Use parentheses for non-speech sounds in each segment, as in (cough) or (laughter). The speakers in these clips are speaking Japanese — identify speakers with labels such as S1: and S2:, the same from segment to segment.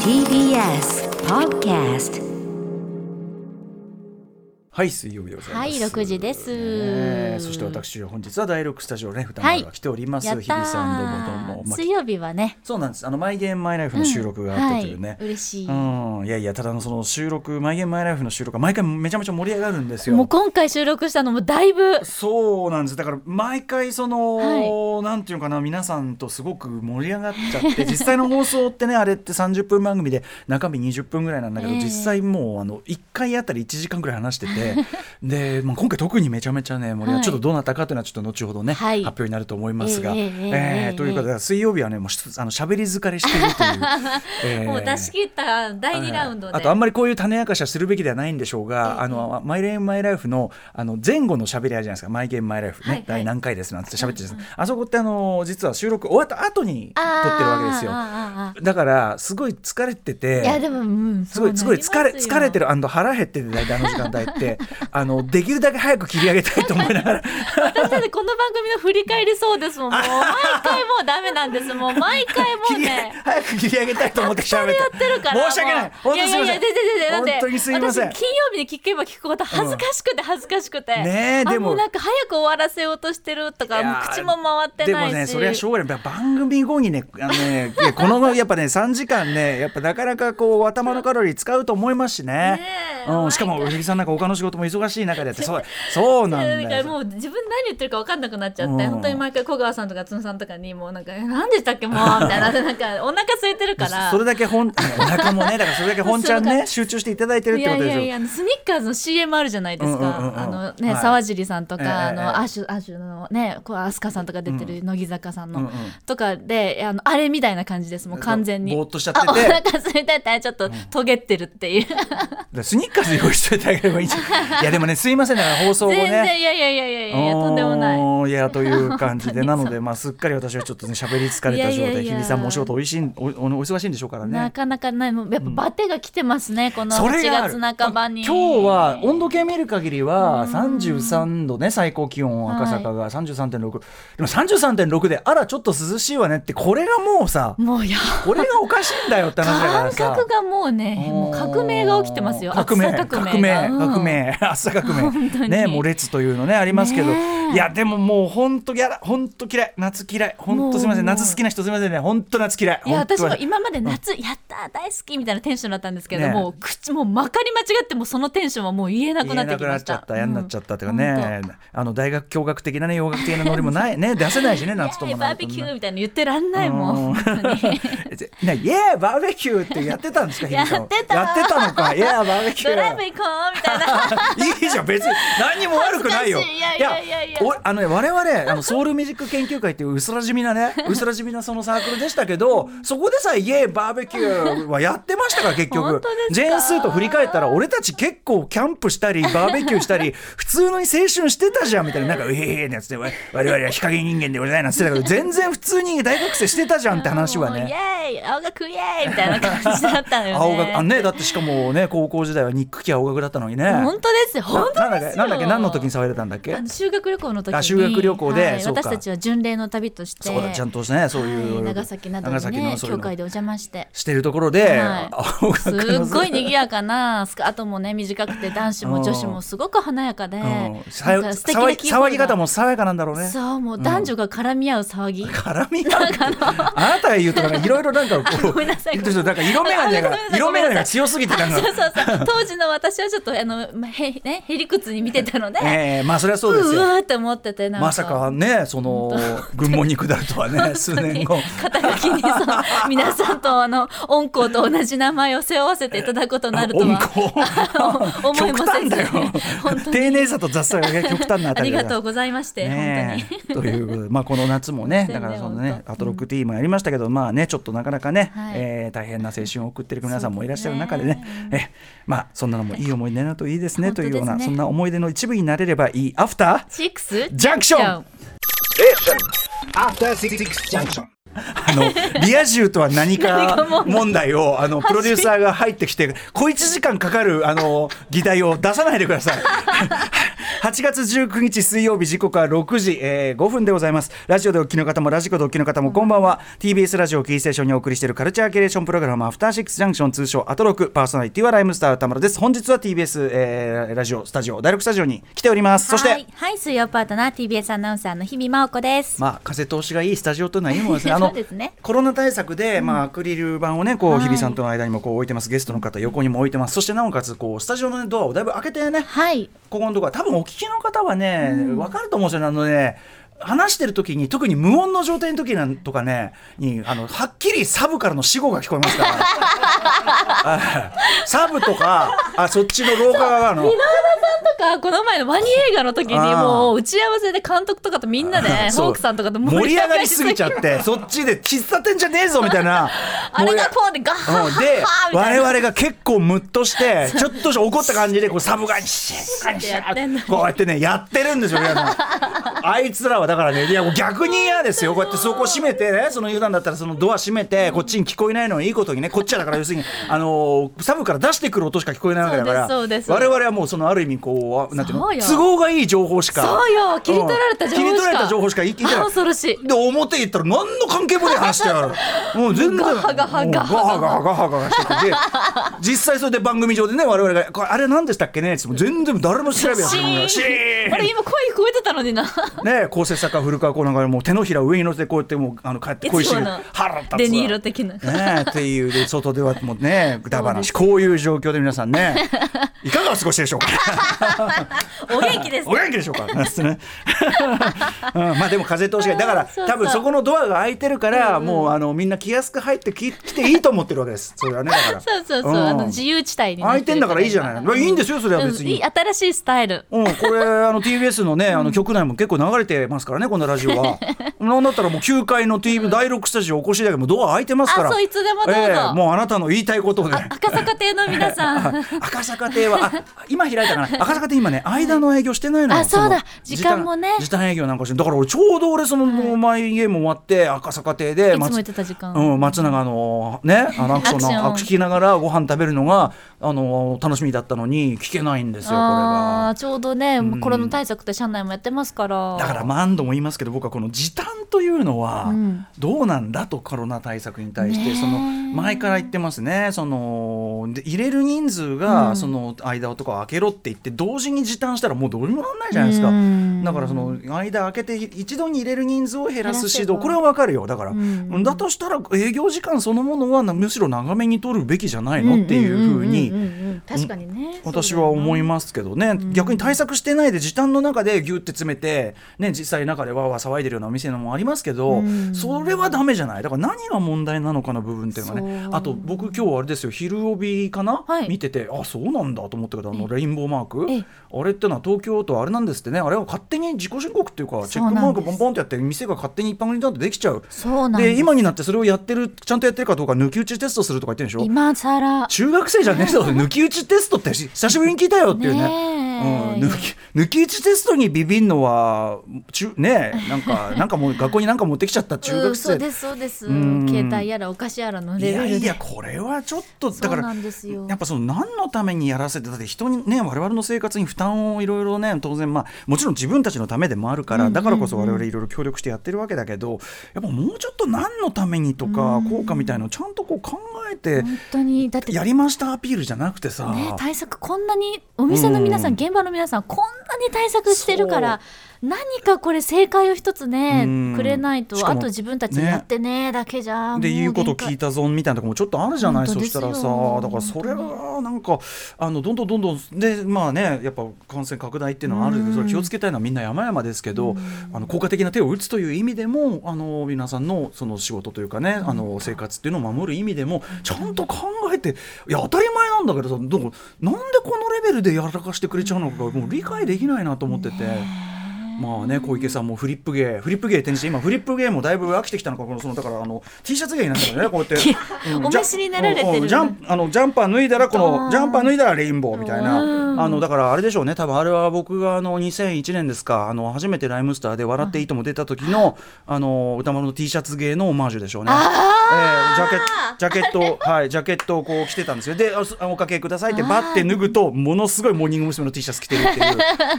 S1: TBS Podcast
S2: はい、水曜日でございます。
S3: はい6時です
S2: ねえそして私、本日は第六スタジオね、二人が来ております。
S3: やったー
S2: 日比さん、どうもどうも。まあ
S3: 水曜日はね、
S2: そうなんです。あの、マイゲームマイライフの収録があったというね。
S3: はい嬉しい
S2: うん、いやいや、ただのその収録、マイゲームマイライフの収録が毎回めちゃめちゃ盛り上がるんですよ。
S3: もう今回収録したのもだいぶ
S2: そうなんですだから毎回その、
S3: は
S2: なんていうのかな皆さんとすごく盛り上がっちゃ
S3: (laughs)
S2: って実際の放送ってねあれって30分番組で中身20分ぐらいなんだけど、
S3: ええ
S2: 実際もうあの1回あたり1時間ぐらい話しててで、まあ、今回特にめちゃめちゃね盛り上が
S3: はい
S2: ちょっとどなたかというのはちょっと後ほどね、
S3: はい
S2: 発表になると思いますが。
S3: ええええ
S2: え
S3: ええ
S2: ということで水曜日はねもうしつあの喋り疲れしていると
S3: (laughs)
S2: いう、ええ
S3: もう出し切った第
S2: は
S3: 2
S2: い
S3: ラウンドで、
S2: あとあんまりこういう種明かしはするべきではないんでしょうが、あのマイレームマイライフのあの前後の喋り合いじゃないですかマイゲームマイライフね、
S3: はいはい
S2: 第何回ですなんつって喋ってるんです、あそこってあの実は収録終わった後に撮
S3: あー
S2: ってるわけですよ
S3: あーあーあ
S2: だからすごい疲れてて
S3: ーいやでも、うん、
S2: すごいすごい疲れ疲れて
S3: る
S2: る腹減ってて大体あの時間帯って
S3: (laughs)
S2: あのできるだけ早く切り上げたいと思いながら
S3: 私だってこの番組の振り返りそうですもんもう毎回もうダメなんですもう毎回も
S2: 切
S3: う
S2: (laughs) り上げ
S3: ね
S2: 早く切り上げたいと思って喋って
S3: やってるから
S2: 申し訳ない
S3: もう
S2: 本
S3: い
S2: 当
S3: や
S2: に
S3: い
S2: すみませ
S3: やいや
S2: ん
S3: 全然全然だって
S2: 本当にすみません
S3: 私金曜日に聞けば聞くほど恥ずかしくて恥ずかしくて、
S2: ねえでも
S3: あうなんか早く終わらせようとしてると
S2: い
S3: か
S2: や
S3: もう口も回ってないし
S2: でもねそれはしょうがないやっぱ番組後にねあのねいやこの (laughs) やっぱね3時間ねやっぱなかなかこう頭のカロリー使うと思いますしね
S3: ねえ
S2: うん、しかも藤木さんなんか他の仕事も忙しい
S3: (laughs)
S2: 中でやってそうそうなん
S3: だ
S2: だ
S3: から
S2: よ
S3: もう自分何言ってるか分かんなくなっちゃって、
S2: うん
S3: 本当に毎回小川さんとかつんさんとかにもうなんか「え何でしたっけも
S2: (laughs)
S3: う」みたいななんかお腹空いてるから。
S2: それだけ本お腹もねだからそれだけ本ち
S3: (laughs)
S2: ゃん
S3: そう
S2: ね
S3: だ
S2: 集中していただいてるっ
S3: い
S2: てこ
S3: や
S2: と
S3: い
S2: でし
S3: や
S2: ょ
S3: いやあのスニッカーズの CM あるじゃないですか、
S2: うんうんうんうん
S3: あのね、
S2: はい
S3: 沢尻さんとか、
S2: ええ
S3: あ
S2: ええ
S3: のアッシュアッシュのねこう飛鳥さんとか出てる乃木坂さんの、
S2: うんうん
S3: とかであのあれみたいな感じですもう完全に
S2: ぼーっとしちゃっ
S3: あ (laughs)
S2: て
S3: お
S2: て
S3: 腹空いててちょっととげってるっていう、
S2: でスニッカーズ用意しといてあげればいいじゃんいやでもねすいませんだから放送後
S3: (laughs) 全
S2: ね
S3: 然いやいやいやいやいやいやとんでもない
S2: い。いやという感
S3: (laughs)
S2: じでなのでまあすっかり私はちょっとね喋り疲れた
S3: い
S2: 状
S3: やいや
S2: 態。
S3: い
S2: 日
S3: や
S2: 比さんもお仕事おいしいんおおお忙しいんでしょうから
S3: な
S2: ね。
S3: かなかないもうやっぱバテが来てますね、この
S2: それ
S3: 8
S2: があ
S3: 月
S2: る
S3: 半ばに
S2: 今日は温度計見る限りは33度ね最高気温赤坂が33.6でも33.6であらちょっと涼しいわねってこれがもうさ
S3: もうや
S2: これがおかしいんだよって話だから
S3: (laughs) 感
S2: さ
S3: 覚がもうね
S2: うん
S3: もう革命が起きてますよ
S2: 革命
S3: 暑さ
S2: 革
S3: が
S2: 命
S3: うん
S2: 革命 (laughs) 暑さ革命
S3: に
S2: ねもう列というのねありますけど
S3: ねえ
S2: いやでももう本当やら本当嫌い夏嫌い本当すみません
S3: もう
S2: 夏好きな人すみませんね本当夏嫌い
S3: いや
S2: ほんと
S3: 私も今まで夏やったー大好きみたいなテンションだったんですけど、
S2: ね
S3: もう口もうまかり間違ってもうそのテンションはもう言えなく
S2: 言
S3: な
S2: え
S3: って
S2: な
S3: き
S2: くな
S3: ま
S2: っ
S3: し
S2: ちゃ
S3: た
S2: った嫌になっちゃったっていうか
S3: うん
S2: ねあの大学教学的なね洋楽的なノリもない
S3: (laughs)
S2: ね出せないしね夏と
S3: イエー
S2: も
S3: イバ
S2: な
S3: ー
S2: ると
S3: ベ
S2: ね
S3: キューみたいなの言ってらんないもん
S2: うん
S3: 本
S2: (laughs)
S3: 当に
S2: ねイエーイバーベキューってやってたんですか日比さんは
S3: やってた
S2: やってたのかイエーイバーベキュー
S3: ドライブ行こうみたいな
S2: いいじゃん別に何も悪くないよ。
S3: 恥ずかしいいやいやいやいや
S2: おあのね我々あのソウルミュージック研究会っていう薄らじみなね薄らじみなそのサークルでしたけどそこでさえイエーイバーベキューはやってましたから結
S3: 本
S2: 局
S3: 当ですか
S2: ジェーンスーと振り返ったら俺たち結構キャンプしたりバーベキューしたり普通のに青春してたじゃんみたいななんか「えええ」のやつで我々は日陰人間でございますって言ってたけど全然普通に大学生してたじゃんって (laughs) 話は
S3: もうイ
S2: ね。
S3: エーイ青学イエーイみたいな感じだったのよね
S2: 青学あねだってしかもね高校時代はニック期青学だったのにね。
S3: 本当ですよ本
S2: な
S3: 当
S2: なんだ
S3: で
S2: っけ
S3: す
S2: な
S3: よ
S2: んだっけ何の時に騒いでたんだっけ
S3: あの修学旅行の時に
S2: あ修学旅行で
S3: はい
S2: そうか
S3: 私たちは巡礼の旅として
S2: そうだちゃんとねそういう、
S3: はい長崎など
S2: 長崎
S3: にね
S2: のそういう
S3: 教
S2: の
S3: 会でお邪魔して
S2: してるところで、
S3: はい
S2: 青
S3: すっ
S2: 学の
S3: ごい賑やかなスカートもね短くて男子
S2: う
S3: も
S2: ん
S3: 女子もすごく華やかで、
S2: うん
S3: なんか
S2: さ
S3: 素敵な気分
S2: 騒ぎ方も爽やかなんだろうね
S3: そうもう男女が絡み合う
S2: (laughs)
S3: 騒ぎ、 (laughs)
S2: 絡み合うあなたが言うとなんかいろいろなんかこう
S3: ごめんなさい
S2: 言ってる人なんか色眼鏡
S3: あご
S2: が
S3: めんなさ
S2: 色眼鏡
S3: い
S2: が
S3: ごめんなさい
S2: 強すぎてなんか
S3: そうそうそう当時の私はちょっとあのまへねへりくつに見てたので、
S2: ええまあそれはそうです
S3: う
S2: よ
S3: わーって思っててなんか
S2: まさかねその軍門に下るとは
S3: (laughs)
S2: ね数年後
S3: 肩書きにその皆さんとあの恩公と同じ名前を背負わせていただくことになると
S2: 温
S3: は
S2: 厚
S3: (laughs) 思い
S2: (laughs) 極
S3: もせ
S2: 端
S3: ず
S2: だよ
S3: 本当に
S2: 丁寧さと雑さが極端なあ
S3: あ
S2: たり
S3: り
S2: だ
S3: がとうございまして、
S2: ね
S3: 本当に。
S2: えということで、まあ、この夏もね、
S3: (laughs) そう
S2: だ
S3: ですね
S2: からそのね
S3: 本、当
S2: アトロック T もやりましたけど、まあね、ちょっとなかなかね、
S3: はい
S2: えー大変な青春を送ってる皆さんもいらっしゃる中で
S3: そ
S2: ね
S3: う、
S2: えまあ、そんなのもいい思い出になるといいですね、
S3: 本
S2: と
S3: 当
S2: い
S3: です
S2: う
S3: ね
S2: ような、そんな思い出の一部になれればいい、アフター
S3: シックス
S2: ジャンクション
S4: After Six Junction.
S2: あのリア充とは何
S3: 何か問
S2: か
S3: 題
S2: 問題をあのプロデューサーが入ってきて小1時間かかるあの議題を出さないでください。8月19日水曜日時刻は6時、えー5分でございますラジオでお聞きの方もラジコでお聞きの方もこんばんは TBS ラジオをキーステーションにお送りしているカルチャーキュレーションプログラムアフターシックスジャンクション通称アトロクパーソナリティはライムスター歌丸です本日は TBS、えーラジオスタジオ第6スタジオに来ておりますそして、
S3: はい、はい、水曜パートナー TBS アナウンサーの日々真央子です。
S2: まあ、風通しがいいスタジオというのはいいもの
S3: (laughs)
S2: ですね。あ
S3: そ
S2: の
S3: うですね
S2: コロナ対策で、まあ、アクリル板をね、こう、
S3: はい
S2: 日比さんとの間にもこう置いてます。ゲストの方、横にも置いてます。そして、なおかつ、こう、スタジオの、ね、ドアをだいぶ開けてね、
S3: はい、
S2: ここのところ、多分お聞きの方はね、わ、かると思うんですよね。あのね、話してる時に、特に無音の状態の時なんとかね、に、あの、はっきりサブからの死後が聞こえますから。 (laughs) はいサブとか、あ、そっちの廊下側の。
S3: とかこの前のワニ映画の時に
S2: あー
S3: もう打ち合わせで監督とかとみんなで
S2: そう
S3: ホークさんとかと
S2: 盛り上がりすぎちゃっ
S3: 盛
S2: てそっちで喫茶店じゃねえぞみたいな
S3: り (laughs) 上がりすぎてあれがこうでガッハッハ
S2: う
S3: ッ
S2: ん
S3: ハ
S2: で
S3: ッみた
S2: 我
S3: いな
S2: 々が結構ムッと
S3: (laughs)
S2: してちょっとし怒った感じでこうサブがシャッシャ
S3: やってんの
S2: ッこうやってねやってるんですよいやもうあいつらはだからねいやもう逆に嫌ですよこうやってそこ閉めてねその油断だったらそのドア閉めてこっちに聞こえないのをいいことにねこっちはだから要するにあのーサブから出してくる音しか聞こえないわけだから
S3: そうですそうです
S2: 我々はもうそのある意味こうなんていうの
S3: そうよ
S2: 都合がいい情報しか
S3: そうよ切り取られた情報し
S2: う
S3: か
S2: ん切り取られた情報しかいい
S3: あ恐ろしい
S2: で表行ったら何の関係もねえ話してやがるもう全然
S3: ガハガハ
S2: もう
S3: ガハガハ
S2: ガハガハガハしててで実際それで番組上でね我々が「これあれ何でしたっけね?」って言っても全然誰も調べやすい
S3: シ
S2: し
S3: ーンあれ今声聞こえてたのに
S2: (laughs)
S3: な
S2: ね構成作家古川光なんかもう手のひら上に乗せてこうやってもうあの帰って恋しい
S3: いつもの
S2: 腹立つわ
S3: デニーロ的な
S2: ねえっていうで外ではもう
S3: (laughs)
S2: ねだ話こういう状況で皆さんねいかがお過ごしでしょうか
S3: (laughs) お元気です
S2: お元気でしょう (laughs) か。なんつってねうんまあでも風通しがいいだから
S3: そうそう
S2: 多分そこのドアが開いてるから、もうあのみんな気安く入ってき来ていいと思ってるわけです。それはねだから。
S3: そうそうそう、
S2: ん
S3: あの自由地帯にな
S2: 開いてんだからいいじゃな
S3: るら
S2: い。
S3: 今
S2: まあいいんですよそれは別
S3: うんい
S2: に
S3: い。新しいスタイル
S2: うん、これあの TBS の
S3: (laughs)
S2: ねあの局内も結構流れてますからねこのラジオはなんだったらもう9階の TV 第6スタジオお越しだけどもうドア開いてますから
S3: あそういつでもどうぞ
S2: ええもうあなたの言いたいことを
S3: (laughs)
S2: ね
S3: 赤坂亭の皆
S2: (laughs)
S3: さん
S2: 赤坂亭はあ今開いたかな赤坂亭今ね間の営業してないのよ
S3: あそうだ
S2: の
S3: 時間もね
S2: 時短営業なんかしてだから俺ちょうど俺その、もう前ゲーム終わって赤坂亭で
S3: いつも言
S2: 松
S3: ってた時間
S2: うん、松永のねあ
S3: (laughs)
S2: のアクションの
S3: アクション
S2: アクション聞きながらご飯食べるのがあの楽しみだったのに聞けないんですよこれ
S3: あ
S2: が
S3: あ。ちょうどね、コロナ対策って社内もやってますから
S2: だから何度も言いますけど僕はこの時短というのは
S3: うん
S2: どうなんだとコロナ対策に対して、
S3: ねえ
S2: その前から言ってますねそので入れる人数が
S3: うん
S2: その間とかを空けろって言って同時に時短したらもうどうにもなんないじゃないですか。
S3: うん
S2: だからその間空けて一度に入れる人数を減らす指
S3: 減らせ
S2: 導
S3: ば
S2: これはわかるよだから、
S3: うん
S2: だとしたら営業時間そのものはむしろ長めに取るべきじゃないのっていうふうに
S3: んんんうん確かにね
S2: 私は思い
S3: ま
S2: ますけどね、逆に対策してないで時短の中でギュって詰めて、ね、実際中でわーわー騒いでるようなお店のもありますけど、
S3: うん
S2: それはダメじゃないだから何が問題なのかの部分っていうのがね
S3: そう
S2: あと僕今日あれですよ昼帯かな、
S3: はい
S2: 見ててあそうなんだと思ったけどあの
S3: え
S2: レインボーマーク
S3: ええ
S2: あれってのは東京都あれなんですってねあれは勝手に自己申告っていうかチェッ
S3: そう
S2: ク
S3: な
S2: マ
S3: ん
S2: ー
S3: で
S2: ク
S3: す
S2: ポンポンってやって店が勝手に一般にだってできちゃう。
S3: そうなん
S2: で
S3: で
S2: 今になってそれをやってるちゃんとやってるかどうか抜き打ちテストするとか言ってるでしょ
S3: 今さら
S2: 中学生じゃねえぞ抜き打ちテストってし久しぶりに聞いたよっていうね
S3: ねえ
S2: うん、抜き抜き打ちテストにビビんのは中ねえなん
S3: (laughs)
S2: かなんかもう学校になんか持ってきちゃった中学生
S3: うんそうですそうです
S2: うん
S3: 携帯やらお菓子やらの
S2: い
S3: レベ
S2: や
S3: ルで
S2: いやこれはちょっとだから
S3: そうなんですよ
S2: やっぱその何のためにやらせてだって人にね我々の生活に負担をいろいろね当然まあもちろん自分たちのためでもあるから、だからこそ我々いろいろ協力してやってるわけだけどやっぱもうちょっと何のためにとか、効果みたいなのをちゃんとこう考えて
S3: 本当にだって
S2: やりましたアピールじゃなくてさ。
S3: ね、対策こんなにお店の皆さん、
S2: うん
S3: 現場の皆さんこんなに対策してるから何かこれ正解を一つね、
S2: うん
S3: くれないと
S2: しかも
S3: あと自分たちでやってねだけじゃ
S2: で言うこと聞い
S3: い
S2: たぞみたいなとこもちょっとあるじゃないそ
S3: 本当で
S2: し
S3: す
S2: た
S3: よ
S2: らさだからそれはなんかあのどんどんどんどんでまあねやっぱ感染拡大っていうのはあるけどそれ気をつけたいのはみんな山々ですけどあの効果的な手を打つという意味でもあの皆さんのその仕事というかねあの生活っていうのを守る意味でもちゃんと考えていや当たり前なんだけどさどうなんでこのレベルでやらかしてくれちゃうのかがもう理解できないなと思ってて。まあね小池さんもフリップ芸フリップ芸展示して今フリップ芸もだいぶ飽きてきたのかこのそのだからあの T シャツ芸になったか
S3: (laughs)
S2: らねこうやって
S3: お召しになられてる
S2: うんうんジャンあのジャンパー脱いだらこ
S3: あ
S2: の
S3: ー
S2: ジャンパー脱いだらレインボーみたいな
S3: うん
S2: あのだからあれでしょうね多分あれは僕があの2001年ですかあの初めて「ライムスター」で「笑っていいとも」出た時の、あの歌丸の T シャツ芸のオマージュでしょうね、えージャケジャケットをはいジャケットをこう着てたんですよであすあ「おかけください」ってバッて脱ぐとものすごいモーニング娘。の T シャツ着てるっていう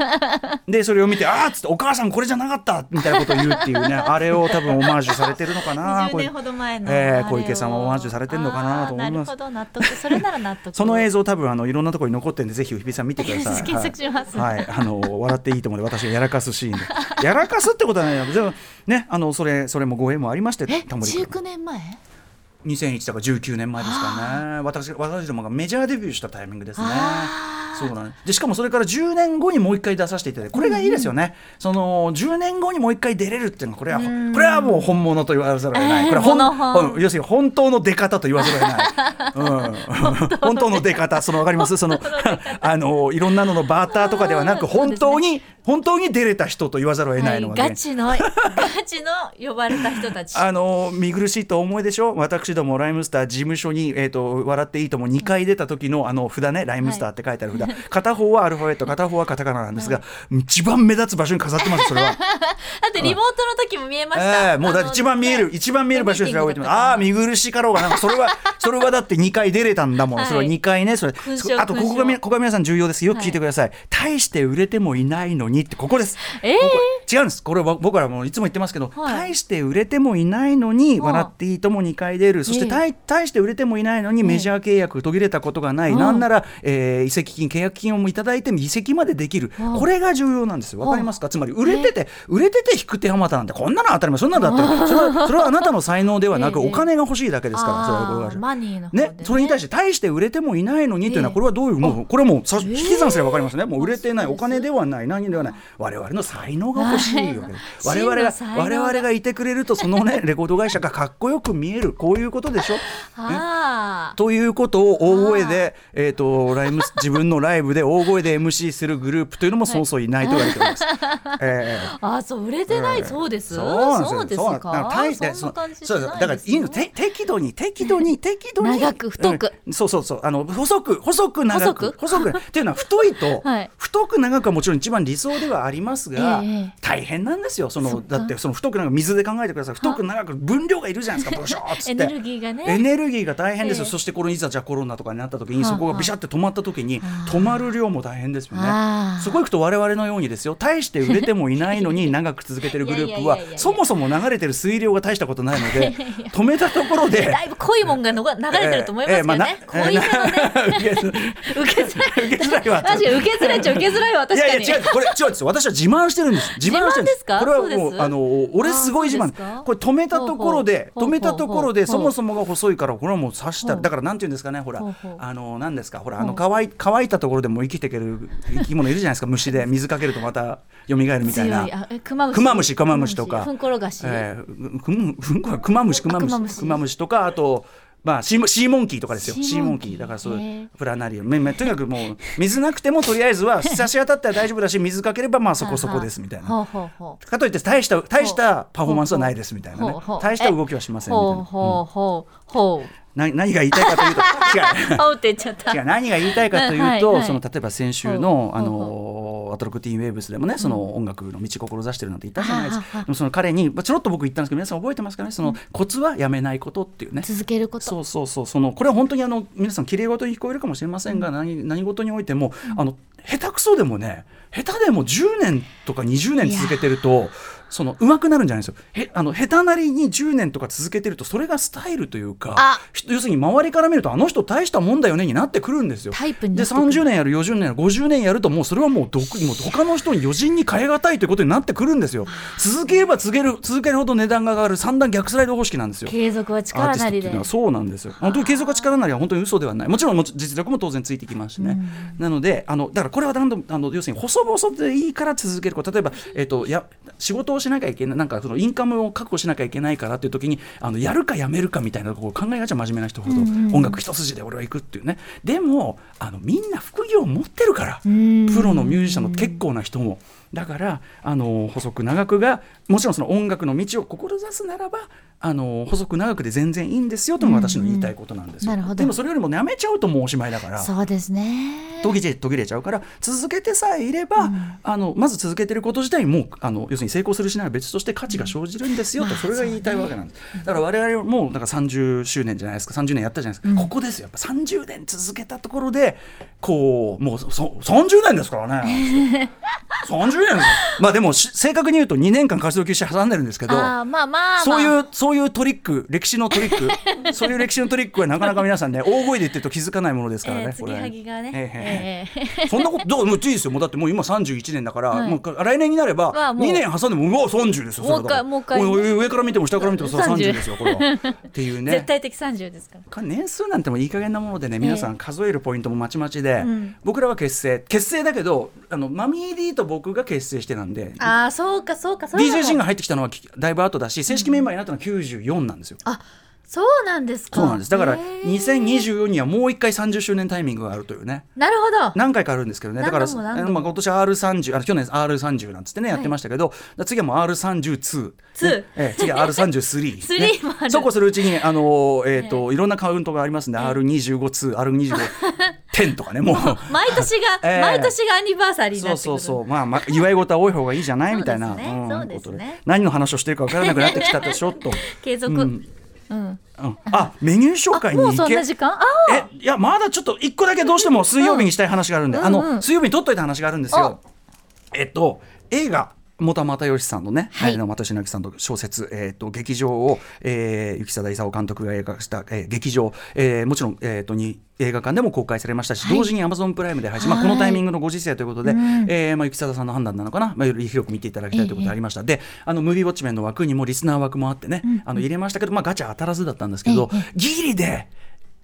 S3: (laughs)
S2: でそれを見て「ああ」っつって「お母さんこれじゃなかった」みたいなことを言うって
S3: (laughs)
S2: いうねあれを多分オマージュされてるのかな
S3: 20
S2: これ
S3: 年ほど前の、
S2: えー
S3: あれを
S2: 小池さんはオマージュされてんのかなと思います
S3: あーなるほど納得それなら納得
S2: その映像多分あのいろんなところに残ってるんでぜひ日比さん見てく
S3: (laughs)
S2: ださい。
S3: 検索します
S2: はい、はいあの笑っていいと思うで私がやらかすシーンでやらかすってことはないのでもねあのそれそれもご縁もありまして
S3: え
S2: タモリ君
S3: 19年前
S2: 2001だから19年前ですからね私私どもがメジャーデビューしたタイミングですね
S3: あ。ー
S2: そうなんですでしかもそれから10年後にもう一回出させていただいてこれがいいですよね、その10年後にもう一回出れるっていうのはこれはほこれはもう本物と言わざるを得ない、
S3: えー
S2: これは本
S3: 物本
S2: うん要するに本当の出方と言わざるを
S3: (laughs)
S2: 得ない、うん、本当の出方そのわかりますそのあのいろんなののバーターとかではなく本当に、本当に出れた人と言わざるを得ないのがね、
S3: ガチのガチの呼ばれた人たち
S2: あの見苦しいと思いでしょ私どもライムスター事務所に「えー、と笑っていいとも」2回出た時のあの札ね「ライムスター」って書いてある札、片方はアルファベット片方はカタカナなんですが、一番目立つ場所に飾ってますそれ (laughs) は、
S3: だってリモートの時も見えました、
S2: ええもうだって一番見える、一番見える場所にそれは置いてますああー見苦しかろうがなんかそれ (laughs) はそれはだって2回出れたんだもん、
S3: はい
S2: それは2回ねそれ
S3: 勲章
S2: そあとここがみ
S3: 勲章
S2: ここが皆さん重要ですよく聞いてください、大して売れてもいないのにってここです
S3: ええ
S2: 違うんですこれは僕らもいつも言ってますけど、
S3: はい
S2: 大して売れてもいないのに「
S3: はい
S2: 笑っていいとも」2回出るそして
S3: ええ
S2: 大,、大して売れてもいないのにメジャー契約途切れたことがない、
S3: うん
S2: なんなら、えー移籍金契約金をもいただいて移籍までできる、
S3: うん
S2: これが重要なんですよわかりますかつまり売れてて、売れてて引く手あまたなんてこんなの当たり前そんなのだったらそれはそれはあなたの才能ではなく、
S3: ええ
S2: お金が欲しいだけですからそれは僕
S3: あ
S2: が
S3: ーマニーの方で
S2: ね、それに対
S3: し
S2: して大して売れてもいないのにというの
S3: え
S2: は
S3: え
S2: これはどういうもうこれはもうさ
S3: ええ
S2: 引き算すれば分かりますねもう売れてない
S3: そう
S2: お
S3: です
S2: 金ではない何ではない我々の才能が欲しいよね
S3: は
S2: 我
S3: い
S2: 々が
S3: 真の才能が
S2: 我々がいてくれるとそのねレコード会社がかっこよく見えるこういうことでしょ
S3: あー
S2: ということを大声で、えー、とライムス自分のライブで大声で MC するグループというのもそうそういないと言われており
S3: (laughs)
S2: ます。ええ
S3: あーそう売れてない、そうです
S2: そうな
S3: そうんです
S2: よ。
S3: か
S2: そうなんだから大して
S3: そんな感じじ
S2: そ
S3: ゃ
S2: うそう
S3: ないで
S2: だ
S3: すよ
S2: からいいのて適度に適度に適度に
S3: 長く太く、
S2: うんそうそうそうあの細く細く長く
S3: 細く
S2: 細く
S3: (laughs)
S2: っていうのは太いと、
S3: はい
S2: 太く長くはもちろん一番理想ではありますが、
S3: ええ
S2: 大変なんですよ。その
S3: そっか
S2: だってその太く長く水で考えてください。太く長く分量がいるじゃない
S3: (laughs)
S2: ですか。ブショーっつって。
S3: エネルギーがね
S2: エネルギーが大変ですよ、
S3: ええ
S2: そしてこれいざじゃあコロナとかになった時に
S3: はあ
S2: そこがビシャって止まった時に止まる量も大変ですよ
S3: あ
S2: ね
S3: あ
S2: そこ行くと我々のようにですよ大して売れてもいないの
S3: (laughs)
S2: に長く続けてるグループはい
S3: やいやいやいやいや
S2: そもそも流れてる水量が大したことないの
S3: (laughs)
S2: で止めたところで
S3: だいぶ濃いもんがのが流れてると思いますけどね、濃いめのね、
S2: のね
S3: 受けづらい
S2: 受けづらいわ
S3: 確かに受けづらいっちゃ受けづらいわ確かに
S2: いやいや違うこれ違うんですよ私は自慢してるんです自慢してるんです
S3: 自慢ですか
S2: これは
S3: そ
S2: も
S3: う
S2: う
S3: です
S2: あの俺すごい自
S3: あ
S2: 慢
S3: そうですか
S2: これ止めたところで
S3: ほう
S2: 止
S3: ほう
S2: めたところで
S3: ほうほ
S2: そうもそもが細いからこれはもう刺した
S3: ほう
S2: だからなんて言うんですかねほら
S3: ほうほう
S2: あの何ですかほらあ
S3: ほ
S2: の
S3: う
S2: 乾い乾いたところでも生きていける生き物いるじゃないですか虫で水かけるとまた蘇るみたい
S3: 強い
S2: な。
S3: あえクマムシ
S2: クマムシクマムシとか
S3: ふんころがし、
S2: えーふんふんこクマムシクマム
S3: あクマム
S2: シ
S3: シ
S2: クマムシとかあとまあシーモシーモンキーとかですよ
S3: シ
S2: シー
S3: ーモ
S2: モ
S3: ン
S2: ン
S3: キ
S2: キ
S3: ー
S2: ーだからそう
S3: へー
S2: プラナリアめめとにかくもう水なくてもとりあえず
S3: (laughs)
S2: は差し当たったら大丈夫だし水かければまあそこそこですみたい
S3: ほう
S2: な。
S3: ほうほう
S2: かといって大した大したパフォーマンスはないですみたいなね
S3: ほうほう
S2: 大した動きはしませんみ
S3: ほうほうほうほう
S2: たいなな何が言いたいかと
S3: (laughs)
S2: いうと違う
S3: ほうって言っちゃった
S2: 違う何が言いたいかというと、
S3: はいはい
S2: その例えば先週の「
S3: ほう
S2: あ
S3: ほう
S2: のアトロクティーンウェーブス」でもねその音楽の道志してるなんて言ったじゃないです
S3: はあは
S2: か
S3: あ
S2: でもその彼にまあちょろっと僕言ったんですけど皆さん覚えてますかねそのコツはやめないことっていうね。
S3: 続けること
S2: そうそうそうそのこれは本当にあの皆さん綺麗事に聞こえるかもしれませんが、何何事においても、あの下手くそでもね下手でも10年とか20年続けてるとその上手くなるんじゃないんですよへあの下手なりに10年とか続けてるとそれがスタイルという
S3: あ
S2: かひ要するに周りから見るとあの人大したもんだよねになってくるんですよ。
S3: タイプに
S2: で
S3: なってくる
S2: 30年やる40年やる50年やるともうそれはもうどもう他の人に余人に変えがたいということになってくるんですよ続ければ続ける続けるほど値段が上がる三段逆スライド方式なんですよ
S3: 継続は
S2: アーテ
S3: 力
S2: ィスト
S3: な
S2: って
S3: り
S2: いう
S3: で
S2: のはそうなんですよ本当に継続は力なりは本当に嘘ではないもちろんもち実力も当然ついてきますしね、なのであのだからこれは何度もあの要するに細々でいいから続けること例えば、えっとや仕事をしなきゃいけないなんかそのインカムを確保しなきゃいけないからっていう時にあのやるかやめるかみたいなところを考えがちは真面目な人ほど、音楽一筋で俺は行くっていうねでもあのみんな副業を持ってるから、
S3: ん
S2: プロのミュージシャンの結構な人も。だからあの細く長くがもちろんその音楽の道を志すならばあの細く長くで全然いいんですよとも私の言いたいことなんですよ、
S3: うんうんなるほど
S2: でもそれよりもやめちゃうともうおしまいだから
S3: そうですね
S2: 途切れ途切れちゃうから続けてさえいれば、あのまず続けてること自体もあの要するに成功するしないは別として価値が生じるんですよと、
S3: まあ
S2: それが言いたいわけなんです、だから我々もなんか30周年じゃないですか30年やったじゃないですか、ここですよやっぱ30年続けたところでこうもうそそ30年ですからね
S3: (laughs)
S2: 30年ですよまあでもし正確に言うと2年間活動休止挟んでるんですけど
S3: あーまあまあ、まあ、
S2: そういう、そういうトリック、歴史のトリッ
S3: (laughs)
S2: ク、そういう歴史のトリックはなかなか皆さんね、大声で言ってると気づかないものですからね。
S3: えー継ぎはぎがね
S2: これは
S3: え
S2: ええそんなこと、どう、もういいですよ、もうだってもう今三十一年だから、
S3: はい
S2: もう来年になれ
S3: ま
S2: ば
S3: あ。もう
S2: 二年挟んでも、うわ、三十ですよ。それはだから
S3: もう一回もう一
S2: おい上から見ても、下から見ても、それは三
S3: 30
S2: 十ですよ、これは。
S3: (laughs)
S2: っていうね
S3: 絶。対的30ですから
S2: 年数なんてもういい加減なものでね皆さん数えるポイントもまちまちで、
S3: うん
S2: 僕らは結成結成だけどあのマミー D と僕が結成してなんで
S3: ああそうかそうかそう
S2: d
S3: か
S2: j 陣が入ってきたのはきだいぶ後だし正式メンバーになったのは94なんですよ。
S3: あそうなんですか
S2: そうなんですだから
S3: へー
S2: 2024にはもう一回30周年タイミングがあるというね
S3: なるほど
S2: 何回かあるんですけどねだから
S3: 何度も何度
S2: あ
S3: も
S2: のまあ今年 R30 あの去年 R30 なんつってね
S3: は
S2: や
S3: い
S2: ってましたけど、だから次はもう R32、
S3: ツー
S2: ねええ次は R33
S3: (laughs) スリーもある
S2: そうこうするうちにあの、えーといろんなカウントがありますね
S3: (laughs)
S2: R25R2510 とかねもう。
S3: 毎年が、
S2: (laughs) ええ
S3: 毎年がアニバーサリーにな
S2: そう
S3: ってく
S2: そうそう
S3: る
S2: まあ、まあ、祝い事は多い方がいいじゃないみたいな
S3: そうですね
S2: ん
S3: そうですね
S2: ことで何の話をしてるか分からなくなってきたでしょと、
S3: 継続、
S2: うんう
S3: うん
S2: んあメニュー紹介に
S3: もう
S2: 行
S3: そん
S2: け
S3: な時間あ
S2: えいやまだちょっと一個だけどうしても水曜日にしたい話があるんで、
S3: うん
S2: あ
S3: うんう
S2: の
S3: ん
S2: 水曜日に撮っといた話があるんですよ。えっと映画元又吉さんのね、
S3: はい
S2: えーの又吉直樹さんの小説、えー、と劇場を、えー、雪貞勲監督が映画化した、えー劇場、えーもちろん、えー、とに映画館でも公開されましたし、
S3: はい
S2: 同時に Amazon プライムで配信、まあ、
S3: はい
S2: このタイミングのご時世ということで、
S3: うん
S2: えーまあ、雪貞さんの判断なのかな、まあ、より広く見ていただきたいということでありました、であのムービーウォッチメンの枠にもリスナー枠もあってね、あの入れましたけど、まあ、ガチャ当たらずだったんですけど、ギリで。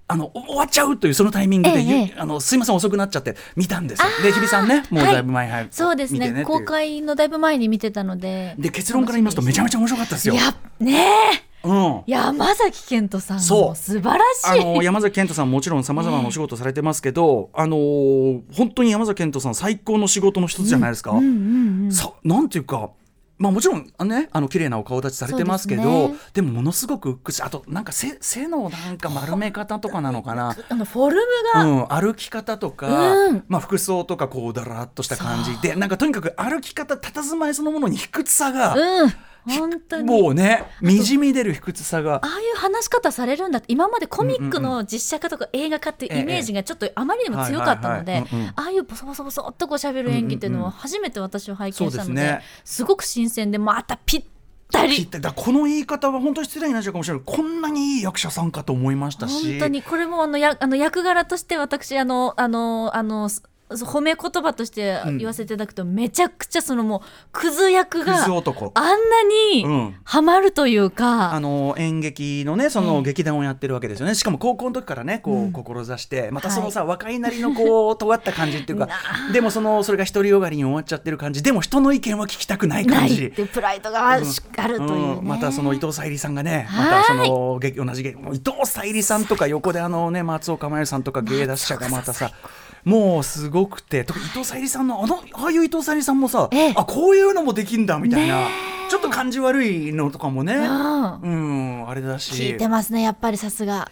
S2: あの終わっちゃうというそのタイミングで、
S3: ええええ
S2: あのすいません遅くなっちゃって見たんですよで日比さんねもうだいぶ前、はい、
S3: そうですね
S2: 見てってい
S3: 公開のだいぶ前に見てたので
S2: で結論から言いますとめちゃめちゃ面白かったですよ。
S3: やねえ
S2: うん
S3: 山崎賢人さん
S2: そう
S3: も素晴ら
S2: あ
S3: しい
S2: の山崎賢人さんもちろんさまざまなお仕事されてますけど、あのー本当に山崎賢人さん最高の仕事の一つじゃないですか。
S3: うんうんうん
S2: さなんていうかまあもちろんあのねあの綺麗なお顔立ちされてますけどで
S3: そうですね
S2: もものすごくうっくしあとなんか背背のなんか丸め方とかなのかな。
S3: あのフォルムが、
S2: うん、歩き方とか、
S3: うん
S2: まあ、服装とかこうだらっとした感じでなんかとにかく歩き方佇まいそのものに卑屈さが、
S3: うん本当に
S2: もうねにじみ出る卑屈さが
S3: ああいう話し方されるんだって今までコミックの実写化とか映画化っていうイメージがちょっとあまりにも強かったの
S2: はい
S3: で
S2: はいはいうんうん
S3: ああいうボソボソボソっとこう喋る演技っていうのは初めて私は拝見した
S2: そう
S3: の
S2: ですね
S3: ですごく新鮮でまたぴった
S2: 切っ
S3: り
S2: てだからこの言い方は本当に失礼になっちゃうかもしれないこんなにいい役者さんかと思いましたし
S3: 本当にこれもあのやあの役柄として私あのあのあのす褒め言葉として言わせていただくと、めちゃくちゃそのもうクズ役
S2: ク
S3: が
S2: ズ男。
S3: あんな
S2: う
S3: に
S2: ん
S3: ハマるというか、
S2: あの演劇のねその劇団をやってるわけですよねしかも高校の時からねこう、志してまたそのさ、若いなりのこ
S3: (laughs)
S2: う尖った感じっていうかでもそのそれが独りよがりに終わっちゃってる感じでも人の意見は聞きたくない
S3: な
S2: 感
S3: いっ
S2: じ。
S3: てプライドがある,、あるというね、
S2: うんまたその伊藤沙莉さんがねま
S3: は
S2: た
S3: い
S2: その劇同じ劇もう伊藤沙莉さんとか横であのね松岡茉優さんとか芸達者がまたさもうすごくて特に伊藤沙莉さんのあのああいう伊藤沙莉さんもさ、
S3: ええ
S2: あこういうのもできんだみたいな、ちょっと感じ悪いのとかもね、
S3: うん
S2: うん、あれだし
S3: 聞いてますねやっぱりさすが。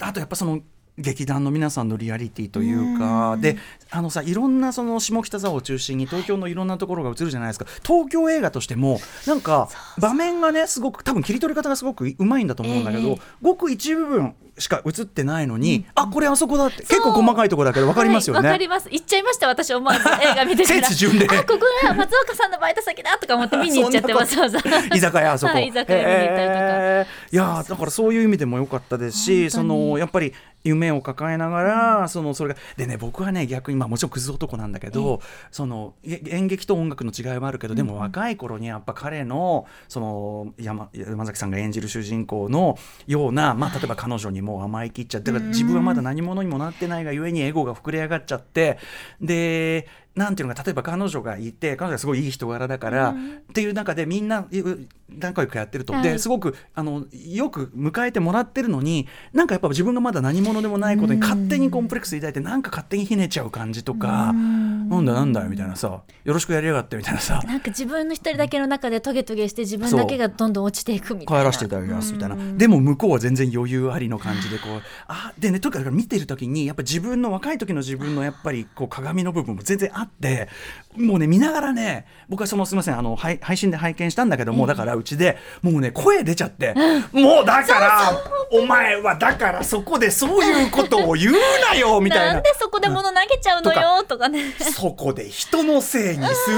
S2: あとやっぱその劇団の皆さんのリアリティというかであのさいろんなその下北沢を中心に東京のいろんなところが映るじゃないですか東京映画としてもなんか場面がねすごく多分切り取り方がすごくうまいんだと思うんだけど、
S3: ええ
S2: ごく一部分しか映ってないのに、あこれあそこだって結構細かいところだけど分かりますよ
S3: はいわ、
S2: ね。
S3: かります。行っちゃいました、私思わず映画見てたら。
S2: 聖地巡礼
S3: あ、ここが松岡さんのバイト先だとか思って見に行っちゃってます、わざわざ。
S2: 居酒屋あそこ、
S3: はい居酒屋見に行ったりとか
S2: えーいやーだからそういう意味でも良かったですしそ
S3: 本当に
S2: のやっぱり夢を抱えながらそのそれがでね僕はね逆にまあもちろんクズ男なんだけどそのえ演劇と音楽の違いはあるけどでも若い頃にやっぱ彼のその山山崎さんが演じる主人公のようなまあ例えば彼女にもう甘いきっちゃってだから自分はまだ何者にもなってないがゆえにエゴが膨れ上がっちゃってでなんていうのか例えば彼女がいて彼女がすごいいい人柄だから、っていう中でみんないう仲良くやってると、
S3: はい
S2: ですごくあのよく迎えてもらってるのになんかやっぱ自分がまだ何者でもないことに勝手にコンプレックス抱いてなんか勝手にひねちゃう感じとか。
S3: うん
S2: なんだなんだみたいなさよろしくやりやがってみたいなさ
S3: なんか自分の一人だけの中でトゲトゲして自分だけがどんどん落ちていくみたいな
S2: 帰らせていただきますみたいな、でも向こうは全然余裕ありの感じでこうあでねとにかく見てる時にやっぱ自分の若い時の自分のやっぱりこう鏡の部分も全然あってもうね見ながらね僕はそのすみませんあの配配信で拝見したんだけどもうだからうちでもうね声出ちゃって、もうだからお前はだからそこでそういうことを言うな
S3: (laughs)
S2: よみたい
S3: な
S2: なん
S3: でそこで物投げちゃうのよとかね
S2: そこで人のせいにする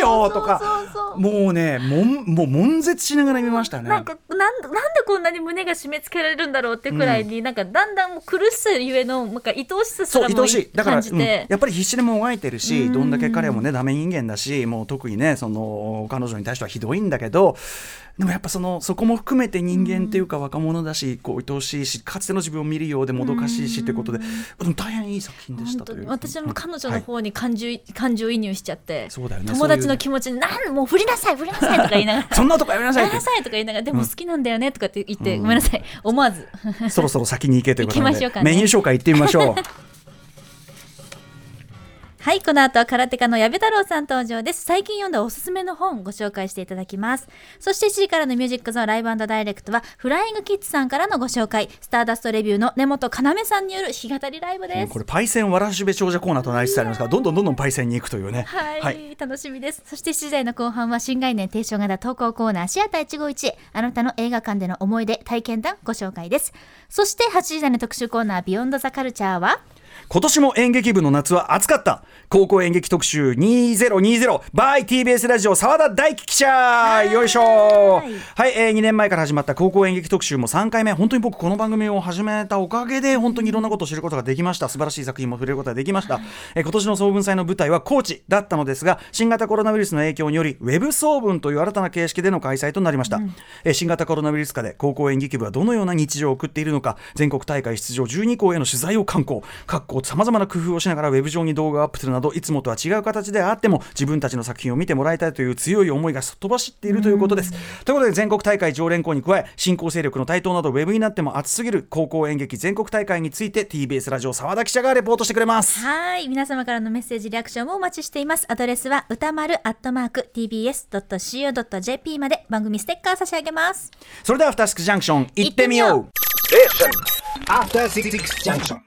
S2: なよと
S3: そう
S2: か
S3: そうそう
S2: もうねもんもう悶絶しながら見ましたね。
S3: なんかなんなんでこんなに胸が締め付けられるんだろうってくらいに、なんかだんだんもう苦しさゆえのなんか愛おしさす
S2: そう
S3: ら
S2: 愛
S3: も
S2: おしいだから、
S3: 感じ
S2: うんや
S3: て、
S2: っぱり必死でもがいてるし
S3: うん
S2: どんだけ彼もねダメ人間だしもう特にねその彼女に対してはひどいんだけどでもやっぱそのそこも含めて人間っていうか若者だしこう愛おしいしかつての自分を見るようでもどかしいしということででも大変いい作品でした
S3: 本
S2: と
S3: 当
S2: い
S3: に
S2: う
S3: 私も彼女
S2: は
S3: の
S2: い
S3: 方に感情,、感情移入しちゃって、
S2: そうだよね
S3: 友達の気持ちに「なんもう振りなさい振りなさい」とか言いながら
S2: (laughs) そんな男やめな
S3: 「
S2: さ
S3: や
S2: いっ
S3: り (laughs) な
S2: て
S3: さい」とか言いながら「でも好きなんだよね」とかって言って、
S2: うん
S3: ごめんなさい思わず (laughs)
S2: そろそろ先に行けということなの
S3: 行きましょうか
S2: で
S3: ね
S2: メニュー紹介行ってみましょ
S3: (laughs)
S2: う。
S3: はいこの後は空手家の矢部太郎さん登場です最近読んだおすすめの本ご紹介していただきますそして7時からのミュージックゾーンライブダイレクトはフライングキッズさんからのご紹介スターダストレビューの根本要さんによる弾き語りライブです
S2: これパイセンわらしべ長者コーナーとなりつつありますがどんどんどんどんパイセンに行くというね。
S3: はい、楽しみです。そして7時台の後半は新概念提唱型投稿コーナーシアター151あなたの映画館での思い出体験談ご紹介です。そして8時台の特集コーナービヨンドザカルチャーは
S2: 今年も演劇部の夏は暑かった高校演劇特集2020 by TBS ラジオ澤田大樹記者
S3: い
S2: よいしょはい、えー、2年前から始まった高校演劇特集も3回目本当に僕この番組を始めたおかげで本当にいろんなことを知ることができました素晴らしい作品も触れることができました、えー今年の総文祭の舞台は高知だったのですが新型コロナウイルスの影響によりウェブ総文という新たな形式での開催となりました、えー新型コロナウイルス下で高校演劇部はどのような日常を送っているのか全国大会出場12校への取材を敢行各校さまざまな工夫をしながらウェブ上に動画をアップするなどいつもとは違う形であっても自分たちの作品を見てもらいたいという強い思いがすっ飛ばしているということです、ということで全国大会常連校に加え新興勢力の台頭などウェブになっても熱すぎる高校演劇全国大会について TBS ラジオ澤田記者がレポートしてくれます
S3: はい皆様からのメッセージリアクションもお待ちしています。アドレスは歌丸アットマーク tbs.co.jp まで番組ステッカー差し上げます。
S2: それではアフターシックスジャンクション行ってみよう
S1: After Six Junction.